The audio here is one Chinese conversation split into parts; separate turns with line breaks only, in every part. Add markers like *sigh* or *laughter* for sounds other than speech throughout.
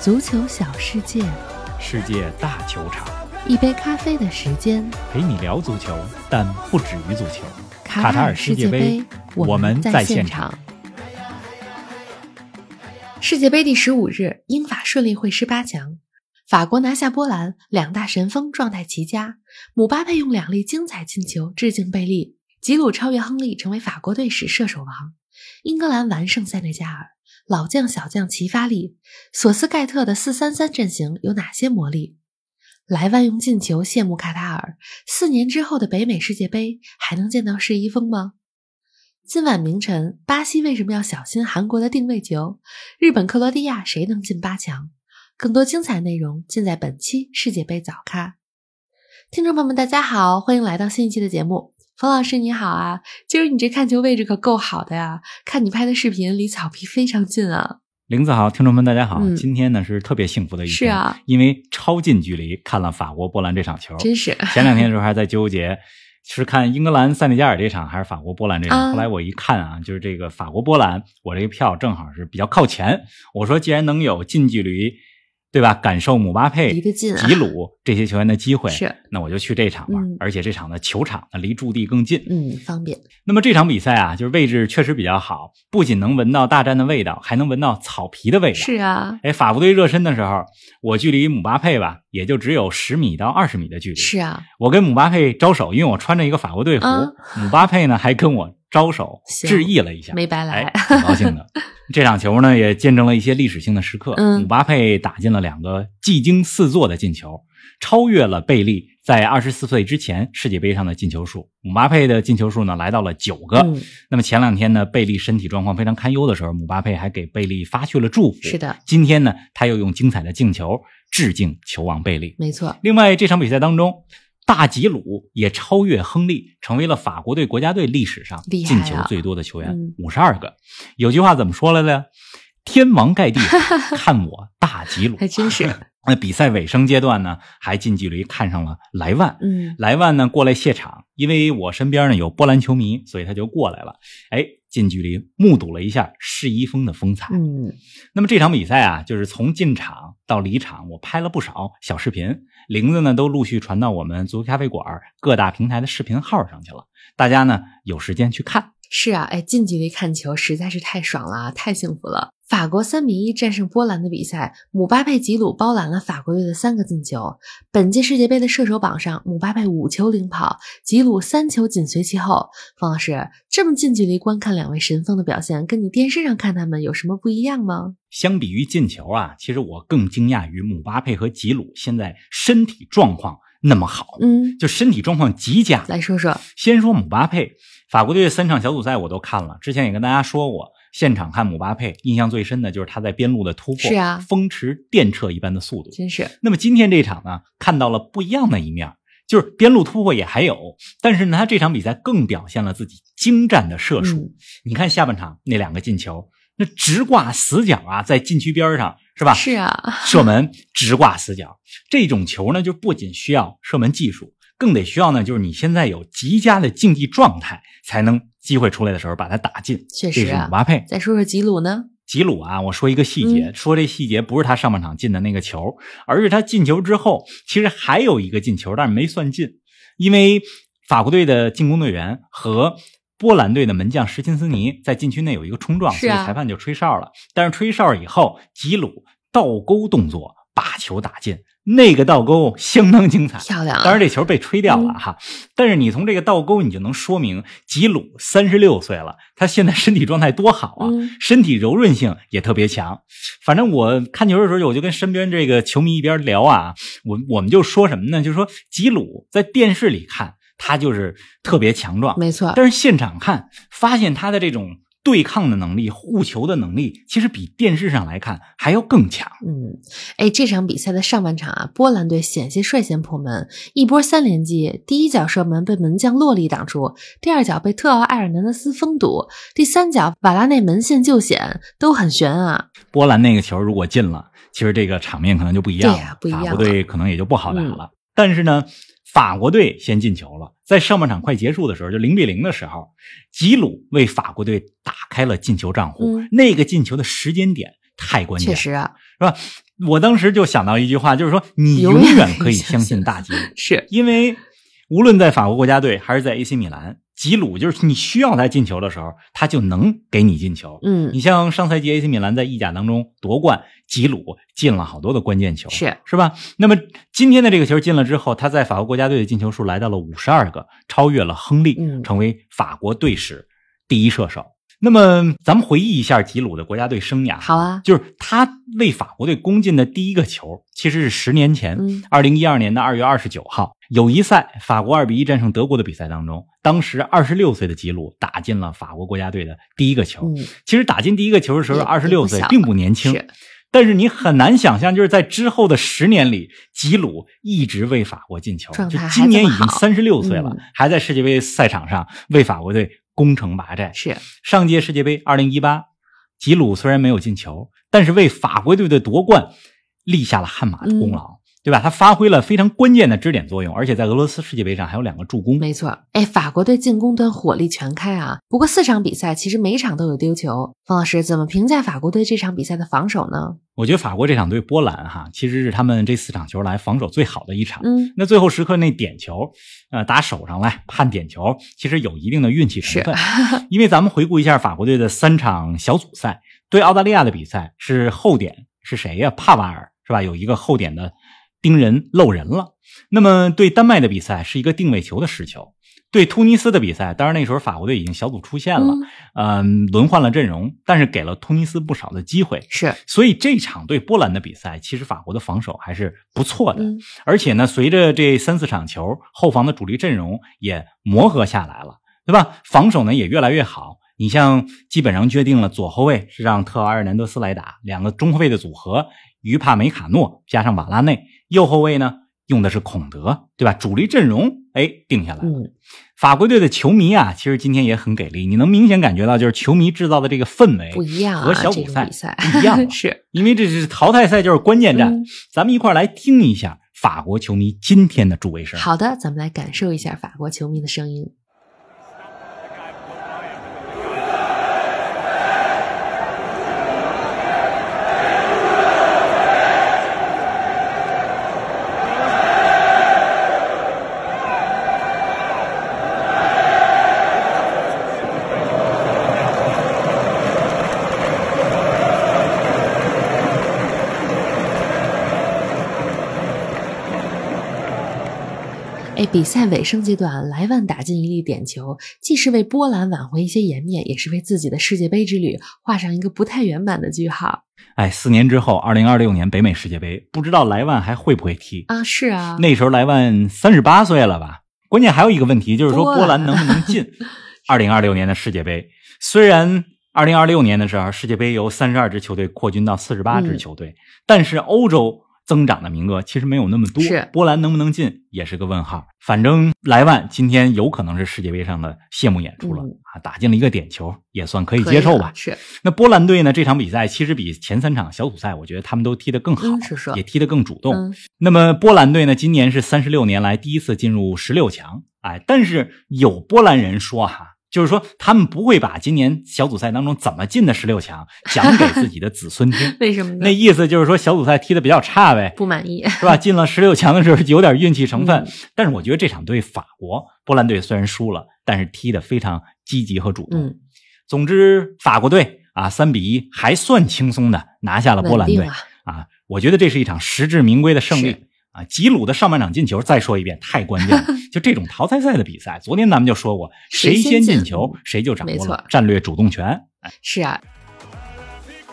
足球小世界，
世界大球场，
一杯咖啡的时间，
陪你聊足球，但不止于足球。
卡
塔
塔
尔
尔
世
世
界
界
杯
杯，
我
我
们
们
在
在
现
现场。世界杯第十五日，英法顺利会师八强，法国拿下波兰，两大神锋状态极佳，姆巴佩用两粒精彩进球致敬贝利，吉鲁超越亨利成为法国队史射手王，英格兰完胜塞内加尔，老将小将齐发力，索斯盖特的四三三阵型有哪些魔力？莱万用进球谢幕卡塔尔，四年之后的北美世界杯还能见到是一峰吗？今晚凌晨，巴西为什么要小心韩国的定位球？日本、克罗地亚谁能进八强？更多精彩内容尽在本期世界杯早咖。听众朋友们，大家好，欢迎来到新一期的节目。冯老师你好啊，今儿你这看球位置可够好的呀，看你拍的视频离草皮非常近啊。
玲子好，听众们大家好，
嗯
今天呢是特别幸福的一天，
是啊，
因为超近距离看了法国波兰这场球。
真是，
前两天的时候还在纠结，是看英格兰塞内加尔这场还是法国波兰这场。
啊
后来我一看啊，就是这个法国波兰，我这个票正好是比较靠前。我说既然能有近距离，对吧，感受姆巴佩、
离得近啊
吉鲁这些球员的机会，
是
那我就去这场玩。
嗯
而且这场的球场呢离驻地更近，
嗯，方便，
那么这场比赛啊，就是位置确实比较好，不仅能闻到大战的味道，还能闻到草皮的味道。
是啊，
哎，法国队热身的时候，我距离姆巴佩吧，也就只有十米到二十米的距离。
是啊，
我跟姆巴佩招手，因为我穿着一个法国队服，
啊
姆巴佩呢还跟我招手
行
致意了一下，
没白来
哎，，挺高兴的。这场球呢，也见证了一些历史性的时刻。
嗯
姆巴佩打进了两个技惊四座的进球，超越了贝利在二十四岁之前世界杯上的进球数。姆巴佩的进球数呢，来到了九个。
嗯，
那么前两天呢，贝利身体状况非常堪忧的时候，姆巴佩还给贝利发去了祝福。
是的，
今天呢，他又用精彩的进球致敬球王贝利。
*laughs* 没错，
另外，这场比赛当中，大吉鲁也超越亨利，成为了法国队国家队历史上
厉
进
害啊
球最多的球员
嗯，
五十二个。有句话怎么说来着？天王
*laughs*
盖地虎，看我大吉鲁。
还真是，
*laughs* 那比赛尾声阶段呢，还近距离看上了莱万。
嗯，
莱万呢过来谢场，因为我身边呢有波兰球迷，所以他就过来了。哎，近距离目睹了一下世一峰的风采。
嗯，
那么这场比赛啊，就是从进场到离场，我拍了不少小视频，玲子呢都陆续传到我们足球咖啡馆各大平台的视频号上去了。大家呢有时间去看。
是啊，哎，近距离看球实在是太爽了啊，太幸福了！法国三比一战胜波兰的比赛，姆巴佩、吉鲁包揽了法国队的三个进球。本届世界杯的射手榜上，姆巴佩五球领跑，吉鲁三球紧随其后。方老师，这么近距离观看两位神锋的表现，跟你电视上看他们有什么不一样吗？
相比于进球啊，其实我更惊讶于姆巴佩和吉鲁现在身体状况那么好，
嗯，
就身体状况极佳。
来说说，
先说姆巴佩，法国队的三场小组赛我都看了，之前也跟大家说过，现场看姆巴佩，印象最深的就是他在边路的突破，
是啊
风驰电掣一般的速度。
真是，
那么今天这场呢，看到了不一样的一面，就是边路突破也还有，但是呢，他这场比赛更表现了自己精湛的射
嗯，
术。你看下半场那两个进球，那直挂死角啊，在禁区边上是吧？
是啊，
射门直挂死角，这种球呢，就不仅需要射门技术，更得需要呢，就是你现在有极佳的竞技状态，才能机会出来的时候把它打进。
确
这
实
是
啊
姆巴佩。
再说说吉鲁呢？
吉鲁啊，我说一个细节，
嗯
说这细节不是他上半场进的那个球，而是他进球之后，其实还有一个进球，但是没算进，因为法国队的进攻队员和波兰队的门将什琴斯尼在禁区内有一个冲撞，
是
所以
啊
裁判就吹哨了。但是吹哨以后，吉鲁倒钩动作把球打进，那个倒钩相当精彩。
漂亮啊！嗯
当然，这球被吹掉了哈。但是你从这个倒钩，你就能说明吉鲁三十六岁了，他现在身体状态多好啊，
嗯
身体柔韧性也特别强。反正我看球的时候，我就跟身边这个球迷一边聊啊，我我们就说什么呢？就说吉鲁在电视里看他就是特别强壮，
没错，
但是现场看发现他的这种对抗的能力、护球的能力，其实比电视上来看还要更强。
嗯，哎，这场比赛的上半场啊，波兰队险些率先破门，一波三连击，第一脚射门被门将洛利挡住，第二脚被特奥埃尔南德斯封堵，第三脚瓦拉内门线救险，都很悬啊。
波兰那个球如果进了，其实这个场面可能就不一样了，
对呀不一样
法
了嗯
国队可能也就不好打了。但是呢，法国队先进球了，在上半场快结束的时候，就零比零的时候，吉鲁为法国队打开了进球账户。
嗯
那个进球的时间点太关键
确实
了，
啊，
是吧？我当时就想到一句话，就是说你
永
永
远
远
可
可
以
以
相
相
信
信大吉鲁，
是
因为无论在法国国家队还是在 AC 米兰，吉鲁就是你需要他进球的时候，他就能给你进球。
嗯
你像上赛季 AC 米兰在意甲当中夺冠，吉鲁进了好多的关键球，
是
是吧？那么今天的这个球进了之后，他在法国国家队的进球数来到了五十二个，超越了亨利，
嗯
成为法国队史第一射手。那么咱们回忆一下吉鲁的国家队生涯，
好啊，
就是他为法国队攻进的第一个球，其实是十年前，
嗯
二零一二年的二月二十九号，友谊赛法国二比一战胜德国的比赛当中，当时二十六岁的吉鲁打进了法国国家队的第一个球。
嗯
其实打进第一个球的时候，
也
二
也
十
不
六岁
小
并不年轻，
是
但是你很难想象，就是在之后的十年里，吉鲁一直为法国进球
状，态
就
还
今年已
这么
经
好
三十六岁了，
嗯
还在世界杯赛场上为法国队攻城拔寨。
是
上届世界杯二零一八，吉鲁虽然没有进球，但是为法国队的夺冠立下了汗马的功劳，
嗯
对吧？他发挥了非常关键的支点作用，而且在俄罗斯世界杯上还有两个助攻。
没错，哎，法国队进攻端火力全开啊！不过四场比赛其实每场都有丢球。方老师怎么评价法国队这场比赛的防守呢？
我觉得法国这场对波兰哈，其实是他们这四场球来防守最好的一场。
嗯，
那最后时刻那点球，呃，打手上来判点球，其实有一定的运气成分。因为咱们回顾一下法国队的三场小组赛，对澳大利亚的比赛是后点是谁呀、帕瓦尔是吧？有一个后点的盯人漏人了。那么对丹麦的比赛是一个定位球的失球。对突尼斯的比赛，当然那时候法国队已经小组出线了，嗯，轮换了阵容，但是给了突尼斯不少的机会。
是，
所以这场对波兰的比赛，其实法国的防守还是不错的。
嗯
而且呢，随着这三四场球，后防的主力阵容也磨合下来了，对吧？防守呢也越来越好。你像基本上确定了，左后卫是让特奥埃尔南德斯来打，两个中后卫的组合，于帕梅卡诺加上瓦拉内，右后卫呢用的是孔德，对吧？主力阵容哎定下来了。
嗯，
法国队的球迷啊，其实今天也很给力，你能明显感觉到就是球迷制造的这个氛围
不一样啊，
和小
这
组
种
赛
比赛
不一样
*laughs*
了
是，
因为这是淘汰赛，就是关键战。
嗯
咱们一块儿来听一下法国球迷今天的助威声。
好的，咱们来感受一下法国球迷的声音。哎，比赛尾声阶段，莱万打进一粒点球，既是为波兰挽回一些颜面，也是为自己的世界杯之旅画上一个不太圆满的句号
哎，四年之后，二零二六年北美世界杯，不知道莱万还会不会踢？
啊！是啊，
那时候莱万三十八岁了吧？关键还有一个问题，就是说
波兰
波兰能不能
*laughs*
进二零二六年的世界杯？虽然二零二六年的时候，世界杯由三十二支球队扩军到四十八支
嗯
球队，但是欧洲增长的名额其实没有那么多
是，
波兰能不能进也是个问号。反正莱万今天有可能是世界杯上的谢幕演出了、
嗯
啊，打进了一个点球，也算可以
可
接受
了
吧。
是，
那波兰队呢？这场比赛其实比前三场小组赛，我觉得他们都踢得更好，
嗯是是
也踢得更主动。
嗯，
那么波兰队呢？今年是三十六年来第一次进入十六强，哎，但是有波兰人说哈。就是说，他们不会把今年小组赛当中怎么进的十六强讲给自己的子孙听
为什么
那
呢？
意思就是说小组赛踢得比较差呗，
不满意，
是吧？进了十六强的时候有点运气成分，
嗯
但是我觉得这场对法国，波兰队虽然输了，但是踢得非常积极和主
*laughs*
动。
嗯，
总之，法国队啊，三比一还算轻松的拿下了波
稳
兰
定
队
啊，
啊。我觉得这是一场实至名归的胜
是
利啊！吉鲁的上半场进球，再说一遍，太关
*laughs*
键了。就这种淘汰赛的比赛，昨天咱们就说过，
谁
谁
先
先
进
进球，谁就掌
没
握
错
了战略主动权。
是啊。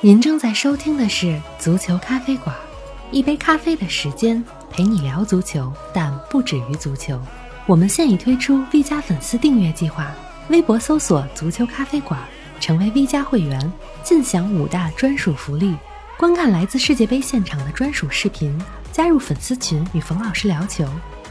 您正在收听的是《足球咖啡馆》，一杯咖啡的时间陪你聊足球，但不止于足球。我们现已推出 V 加粉丝订阅计划，微博搜索“足球咖啡馆”，成为 V 加会员，尽享五大专属福利：观看来自世界杯现场的专属视频，加入粉丝群与冯老师聊球，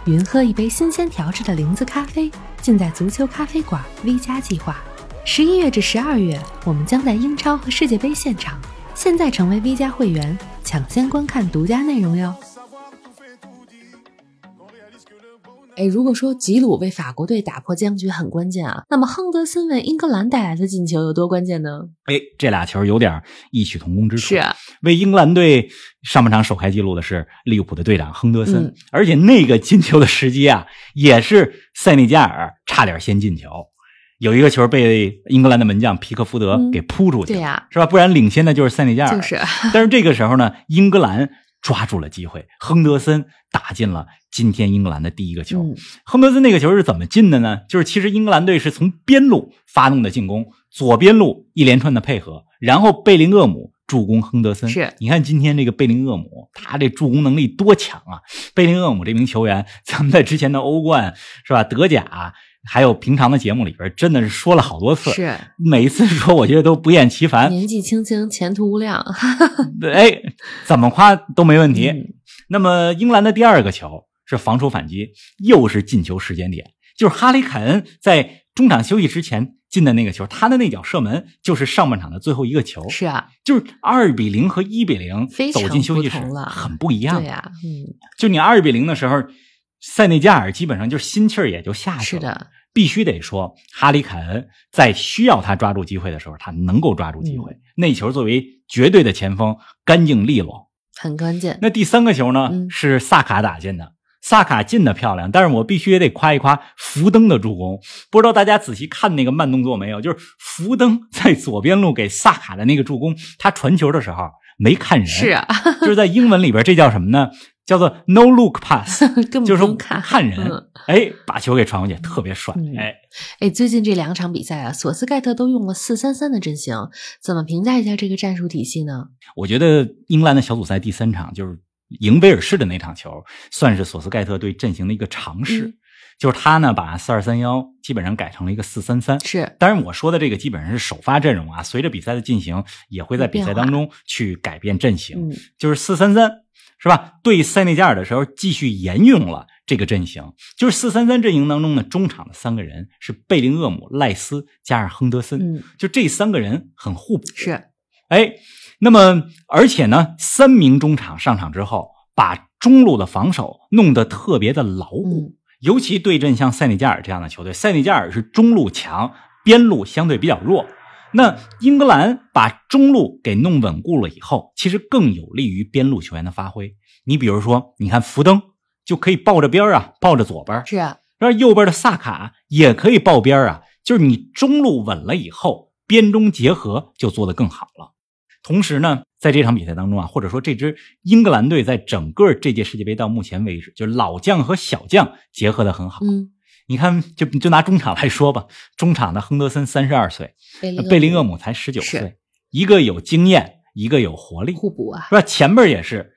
云喝一杯新鲜调制的零子咖啡，尽在足球咖啡馆 V 加计划。十一月至十二月，我们将在英超和世界杯现场。现在成为 V 加会员，抢先观看独家内容哟。
savoir tout fait tout dit. On réalise que le bonheur.
哎，如果说吉鲁为法国队打破僵局很关键啊，那么亨德森为英格兰带来的进球有多关键呢？
哎，这俩球有点异曲同工之处。
是啊，
为英格兰队上半场首开纪录的是利物浦的队长亨德森，
嗯
而且那个进球的时机啊，也是塞内加尔差点先进球，有一个球被英格兰的门将皮克福德
嗯
给扑出去，
对呀、
是吧？不然领先的就是塞内加尔。
就是 *laughs*
但是这个时候呢，英格兰抓住了机会，亨德森打进了今天英格兰的第一个球。
嗯
亨德森那个球是怎么进的呢？就是其实英格兰队是从边路发动的进攻，左边路一连串的配合，然后贝林厄姆助攻亨德森。
是
你看今天这个贝林厄姆，他这助攻能力多强啊！贝林厄姆这名球员，咱们在之前的欧冠是吧、德甲，还有平常的节目里边，真的是说了好多次，
是，
每一次说我觉得都不厌其烦。
年纪轻轻，前途无量。
哎，怎么夸都没问题。
嗯
那么英格兰的第二个球是防守反击，又是进球时间点，就是哈里凯恩在中场休息之前进的那个球，他的那脚射门就是上半场的最后一个球，
是啊，
就是二比零和一比零
非常
走进休息室
不同了
很不一样。
对呀、嗯，
就你二比零的时候，塞内加尔基本上就是心气儿也就下去
是
了。
的，
必须得说，哈里凯恩在需要他抓住机会的时候，他能够抓住机
嗯
会。那球作为绝对的前锋，干净利落。
很关键。
那第三个球呢，
嗯
是萨卡打进的。萨卡进的漂亮，但是我必须也得夸一夸福登的助攻。不知道大家仔细看那个慢动作没有？就是福登 *laughs* 在左边路给萨卡的那个助攻，他传球的时候没看人，
是啊，
就是在英文里边这叫什么呢？叫做 no look pass，
根本
就
不
是说
*laughs* 用看。
人，
嗯
哎，把球给传过去，特别帅，
嗯
哎，
哎，最近这两场比赛啊，索斯盖特都用了四三三的阵型，怎么评价一下这个战术体系呢？
我觉得英格兰的小组赛第三场就是赢威尔士的那场球，算是索斯盖特对阵型的一个尝试。
嗯
就是他呢，把四二三幺基本上改成了一个四三三。
是
当然，我说的这个基本上是首发阵容啊，随着比赛的进行，也会在比赛
变化
当中去改变阵型。
嗯，
就是四三三，是吧？对塞内加尔的时候，继续沿用了这个阵型。就是四三三阵营当中呢，中场的三个人是贝林厄姆、赖斯加上亨德森，
嗯，
就这三个人很互补。
是
哎，那么而且呢，三名中场上场之后，把中路的防守弄得特别的牢固，
嗯
尤其对阵像塞内加尔这样的球队，塞内加尔是中路强，边路相对比较弱。那英格兰把中路给弄稳固了以后，其实更有利于边路球员的发挥。你比如说，你看福登就可以抱着边儿啊，抱着左边儿，
是啊，
而右边的萨卡也可以抱边儿啊，就是你中路稳了以后，边中结合就做得更好了。同时呢，在这场比赛当中啊，或者说这支英格兰队在整个这届世界杯到目前为止，就是老将和小将结合得很好。
嗯，
你看，就就拿中场来说吧，中场的亨德森三十二岁，
呃贝林
贝林厄
厄
姆才十九岁
是，
一个有经验，一个有活力
姆，互补啊，
是吧？前边也是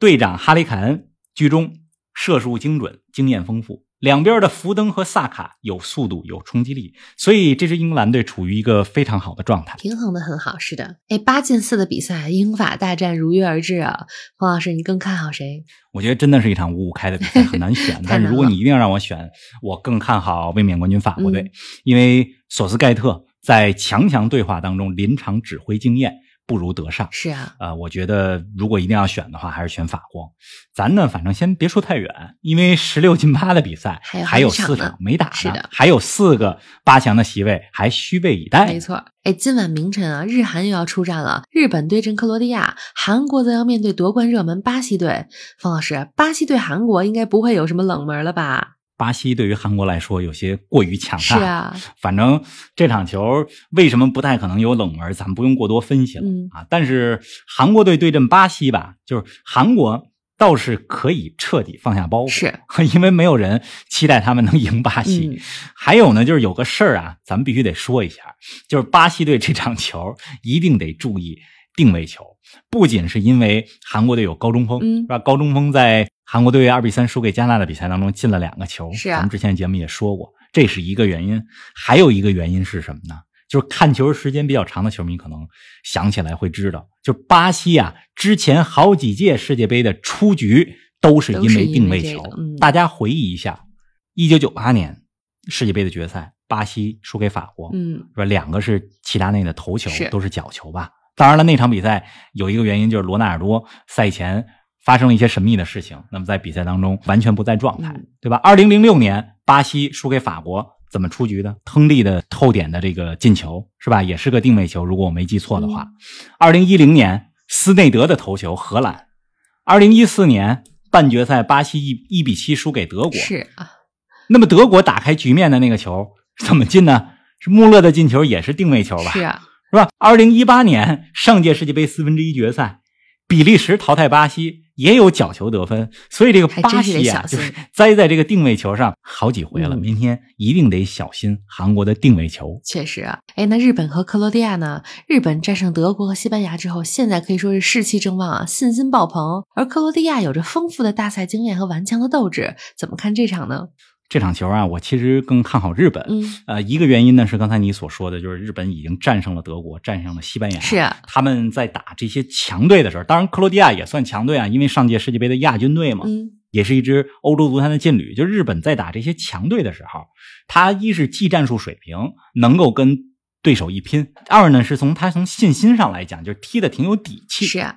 队长哈里凯恩居中，射术精准，经验丰富。两边的福登和萨卡有速度，有冲击力，所以这支英格兰队处于一个非常好的状态。
平衡的很好。是的，哎，八进四的比赛，英法大战如约而至啊。黄老师，你更看好谁？。
我觉得真的是一场五五开的比赛，很难选但是如果你一定要让我选，我更看好卫冕冠军法国队，因为索斯盖特在强强对话当中临场指挥经验不如德尚。
是啊，
呃，我觉得如果一定要选的话，还是选法国。咱呢，反正先别说太远，因为十六进八的比赛
还有
还有
好几
四
场呢
场没打呢，
是的
还有四个八强的席位还虚位以待
没。错。哎，今晚凌晨啊，日韩又要出战了，日本对阵克罗地亚，韩国则要面对夺冠热门巴西队。方老师，巴西对韩国应该不会有什么冷门了吧？
巴西对于韩国来说有些过于强
是
大，
啊，
反正这场球为什么不太可能有冷门，咱们不用过多分析了、
嗯
啊。但是韩国队对阵巴西吧，就是韩国倒是可以彻底放下包袱，
是
*laughs* 因为没有人期待他们能赢巴西。
嗯
还有呢，就是有个事儿啊，咱们必须得说一下，就是巴西队这场球一定得注意定位球，不仅是因为韩国队有高中锋，
嗯
是吧？高中锋在韩国队二比三输给加拿大的比赛当中进了两个球，
是啊
咱们之前节目也说过，这是一个原因。还有一个原因是什么呢？就是看球时间比较长的球迷可能想起来会知道，就巴西啊，之前好几届世界杯的出局都是因为定位
都是因
球。
为这个嗯
大家回忆一下，一九九八年世界杯的决赛，巴西输给法国，
嗯，
说两个是齐达内的头球，
是
都是角球吧。当然了，那场比赛有一个原因就是罗纳尔多赛前发生了一些神秘的事情，那么在比赛当中完全不在状态，对吧？二零零六年巴西输给法国，怎么出局的？亨利的后点的这个进球是吧？也是个定位球，如果我没记错的话。二零一零年斯内德的头球，荷兰。二零一四年半决赛，巴西一一比七输给德国。
是啊，
那么德国打开局面的那个球怎么进呢？ *laughs* 是穆勒的进球，也是定位球吧？
是啊，
是吧？二零一八年上届世界杯四分之一决赛，比利时淘汰巴西，也有角球得分，所以这个
还
巴
真是得
西啊，
小
就
心
是栽在这个定位球上好几回了。
嗯
明天一定得小心韩国的定位球。
确实啊。哎，那日本和克罗地亚呢？日本战胜德国和西班牙之后，现在可以说是士气正旺啊，信心爆棚。而克罗地亚有着丰富的大赛经验和顽强的斗志，怎么看这场呢？
这场球啊，我其实更看好日本。
嗯，
呃，一个原因呢是刚才你所说的，就是日本已经战胜了德国，战胜了西班牙。
是啊，
他们在打这些强队的时候，当然克罗地亚也算强队啊，因为上届世界杯的亚军队嘛。
嗯，
也是一支欧洲足坛的劲旅。就日本在打这些强队的时候，他一是技战术水平能够跟对手一拼，二呢是从他从信心上来讲，就是踢的挺有底气。
是啊，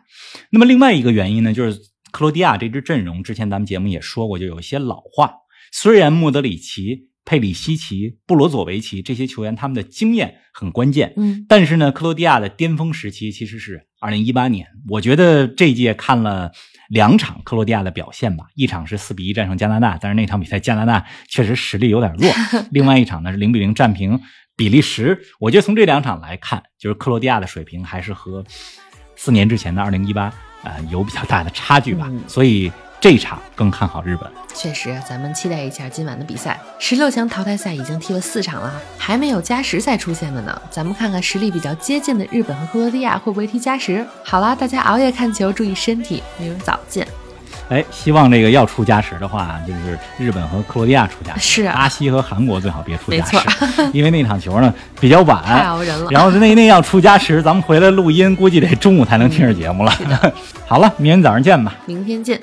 那么另外一个原因呢，就是克罗地亚这支阵容，之前咱们节目也说过，就有一些老化。虽然莫德里奇、佩里西奇、布罗佐维奇这些球员他们的经验很关键，
嗯，
但是呢，克罗地亚的巅峰时期其实是二零一八年。我觉得这一届看了两场克罗地亚的表现吧，一场是四比一战胜加拿大，但是那场比赛加拿大确实实力有点弱；另外一场呢是零比零战平比利时。我觉得从这两场来看，就是克罗地亚的水平还是和四年之前的二零一八呃有比较大的差距吧，
嗯
所以这场更看好日本。
确实，咱们期待一下今晚的比赛。十六强淘汰赛已经踢了四场了，还没有加时赛出现的呢。咱们看看实力比较接近的日本和克罗地亚会不会踢加时。好啦，大家熬夜看球，注意身体，明儿早见。
哎，希望这个要出加时的话，就是日本和克罗地亚出加
是
时，
啊
巴西和韩国最好别出加时
没，
*laughs* 因为那场球呢比较
太
晚，
熬人了。
然后那那要出加 *laughs* 时，咱们回来录音，估计得中午才能听着节目了。好了，明天早上见吧。
明天见。